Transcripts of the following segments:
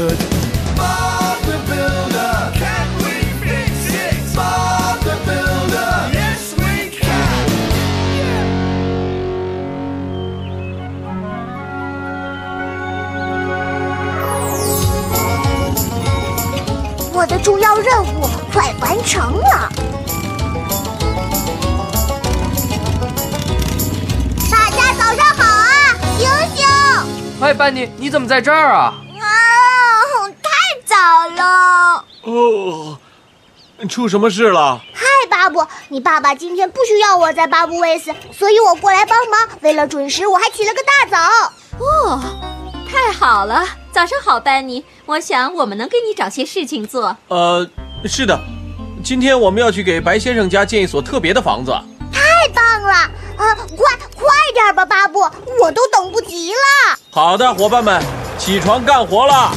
Bob the Builder. Can we fix it? Bob the Builder. Yes, we can. 我的重要任务快完成了。大家早上好啊，醒醒！嗨，哎班尼，你怎么在这儿啊？啊，哦太早了。哦，出什么事了？嗨，巴布，你爸爸今天不需要我在巴布威斯，所以我过来帮忙。为了准时，我还起了个大早。哦，太好了！早上好，班尼。我想我们能给你找些事情做。呃，是的，今天我们要去给白先生家建一所特别的房子。太棒了！啊，快快点吧，巴布，我都等不及了。好的，伙伴们，起床干活了。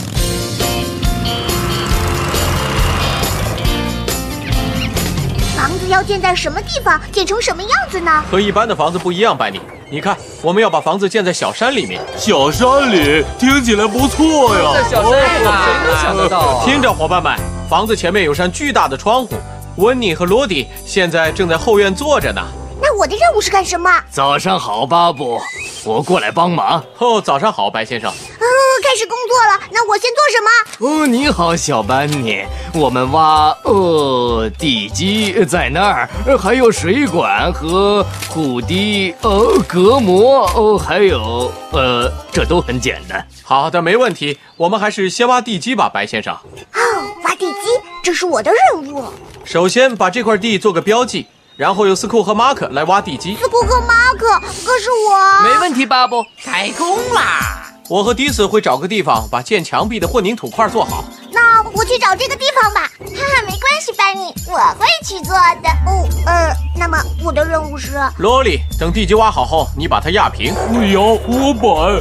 房子要建在什么地方，建成什么样子呢？和一般的房子不一样，班尼，你看，我们要把房子建在小山里面。小山里听起来不错在呀。小山里哦啊，谁能想得到啊？听着，伙伴们，房子前面有扇巨大的窗户。温妮和罗迪现在正在后院坐着呢。那我的任务是干什么？早上好，巴布，我过来帮忙。哦，早上好，白先生。嗯，开始工作了。那我先做什么？哦，你好，小班尼。我们挖呃地基在那儿，呃还有水管和虎堤呃隔膜哦，还有呃这都很简单。好的，没问题。我们还是先挖地基吧，白先生。哦，挖地基，这是我的任务。首先把这块地做个标记，然后由斯库和马可来挖地基。斯库克马可，可是我没问题，巴布。开工啦！我和迪斯会找个地方把建墙壁的混凝土块做好。那我去找这个地方吧。哈哈，没关系，班尼，我会去做的。哦，呃，那么我的任务是，罗莉，等地基挖好后，你把它压平。摇火板。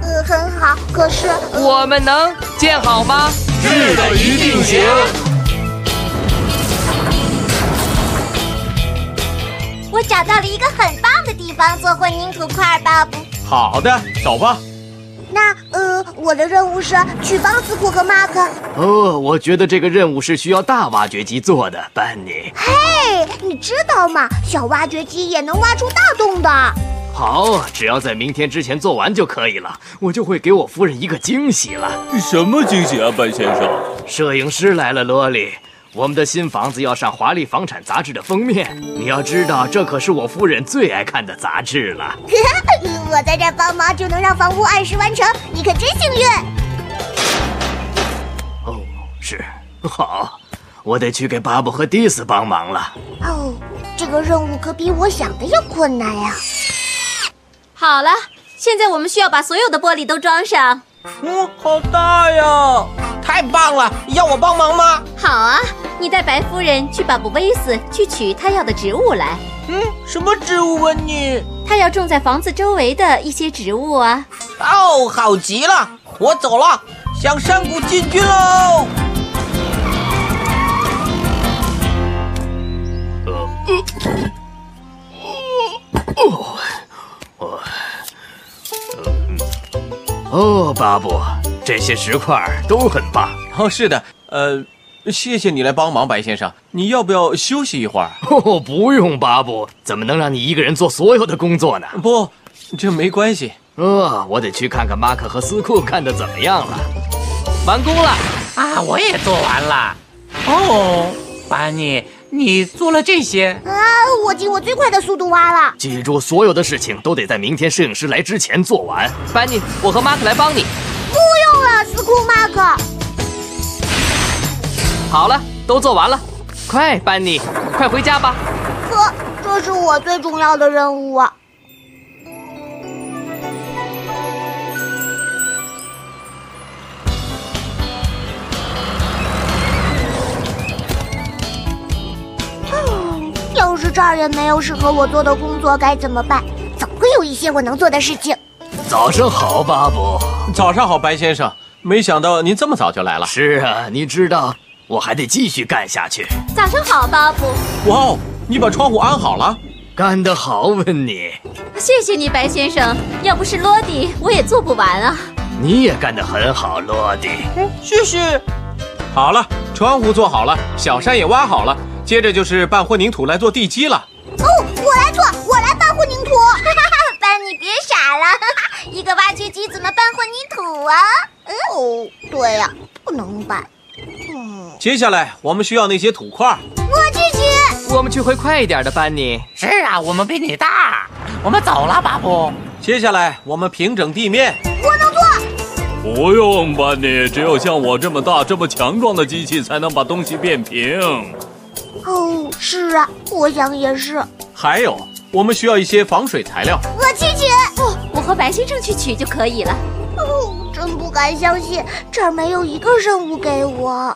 呃，很好，可是、呃我们能建好吗？是的，一定行。我找到了一个很棒的地方做混凝土块，巴布。好的，走吧。那呃，我的任务是去帮斯库和马可。哦，我觉得这个任务是需要大挖掘机做的，班尼。嘿，你知道吗？小挖掘机也能挖出大洞的。好，只要在明天之前做完就可以了，我就会给我夫人一个惊喜了。什么惊喜啊，白先生？摄影师来了，罗莉。我们的新房子要上《华丽房产》杂志的封面，你要知道，这可是我夫人最爱看的杂志了。 我在这儿帮忙就能让房屋按时完成，你可真幸运。哦，是，好，我得去给巴布和迪斯帮忙了。哦，这个任务可比我想的要困难呀、好了，现在我们需要把所有的玻璃都装上。嗯，好大呀！太棒了，要我帮忙吗？好啊，你带白夫人去巴布威斯去取她要的植物来，什么植物啊你？她要种在房子周围的一些植物啊。哦，好极了！我走了，向山谷进军喽！哦，巴布，这些石块儿都很棒。哦，是的，呃，谢谢你来帮忙，白先生。你要不要休息一会儿？哦，不用，巴布，怎么能让你一个人做所有的工作呢？不，这没关系。呃、我得去看看马克和斯库看的怎么样了。完工了，啊，我也做完了。哦，班尼，你做了这些？啊！我尽我最快的速度挖了。记住，所有的事情都得在明天摄影师来之前做完。班尼，我和马可来帮你。不用了，斯库马克。好了，都做完了，快，班尼，快回家吧。可这是我最重要的任务啊！嗯要是这儿也没有适合我做的工作，该怎么办？总会有一些我能做的事情。哦早上好，巴布。早上好，白先生。没想到您这么早就来了。是啊，你知道我还得继续干下去。早上好，巴布。哇哦，你把窗户安好了？干得好，温妮，谢谢你，白先生。要不是罗迪，我也做不完啊。你也干得很好，罗迪。谢谢。好了，窗户做好了，小山也挖好了，接着就是拌混凝土来做地基了。哦，我来做，我来拌混凝土。班尼别傻了，一个挖掘机怎么拌混凝土啊？哦，对呀、不能拌。嗯，接下来我们需要那些土块儿，我拒绝。我们去会快一点的，班尼。是啊，我们比你大，我们走了，巴布。接下来我们平整地面。不用吧你，只有像我这么大、这么强壮的机器才能把东西变平。哦，是啊，我想也是。还有，我们需要一些防水材料。我拒绝。不，我和白先生去取就可以了。哦，真不敢相信，这儿没有一个任务给我。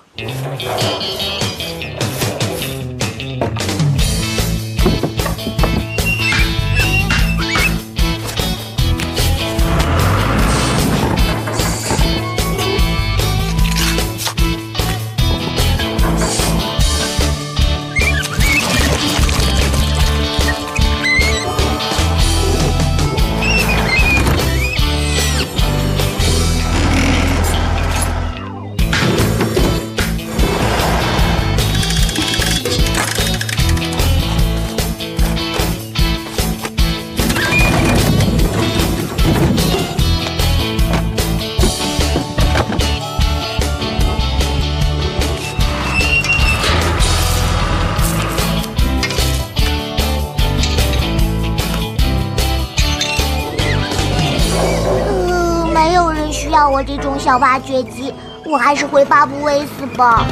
嗯，没有人需要我这种小挖掘机，我还是回巴布威斯吧。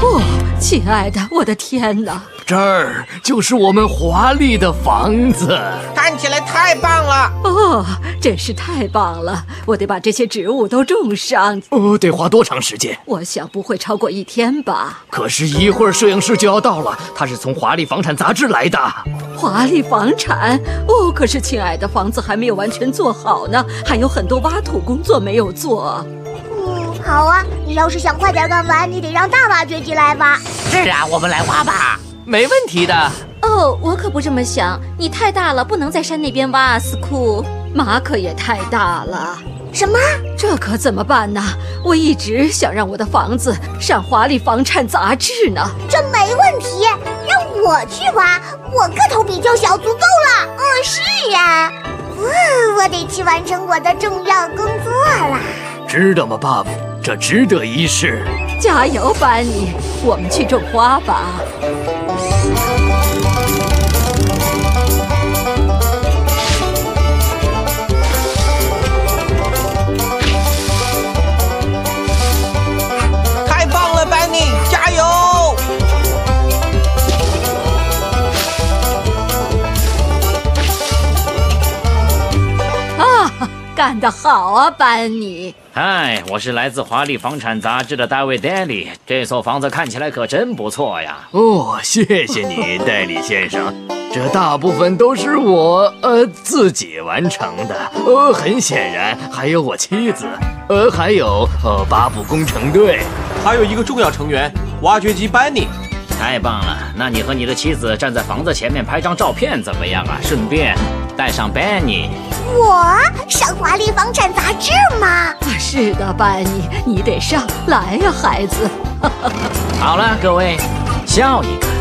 哦，亲爱的，我的天哪！这儿就是我们华丽的房子。看起来太棒了。哦，真是太棒了！我得把这些植物都种上，哦，得花多长时间？我想不会超过一天吧。可是，一会儿摄影师就要到了，他是从《华丽房产》杂志来的。华丽房产哦，可是亲爱的，房子还没有完全做好呢，还有很多挖土工作没有做。嗯，好啊，你要是想快点干完，你得让大挖掘机来挖。是啊，我们来挖吧。没问题的。哦，我可不这么想，你太大了，不能在山那边挖啊，斯库。马可也太大了，什么？这可怎么办呢？我一直想让我的房子上《华丽房产》杂志呢。这没问题，让我去挖，我个头比较小，足够了。嗯，是呀、嗯，我得去完成我的重要工作啦。知道吗，爸爸？这值得一试。加油，班尼，我们去种花吧。太棒了，班尼，加油！啊，干得好啊，班尼！嗨，我是来自《华丽房产》杂志的大卫·戴利。这所房子看起来可真不错呀！哦，谢谢你，代理先生。这大部分都是我呃自己完成的。呃，很显然，还有我妻子，呃，还有呃巴布工程队。还有一个重要成员，挖掘机班尼。太棒了！那你和你的妻子站在房子前面拍张照片怎么样啊？顺便带上 Benny。我上《华丽房产》杂志吗？啊，是的，班尼，你得上来呀、孩子。好了，各位，笑一个。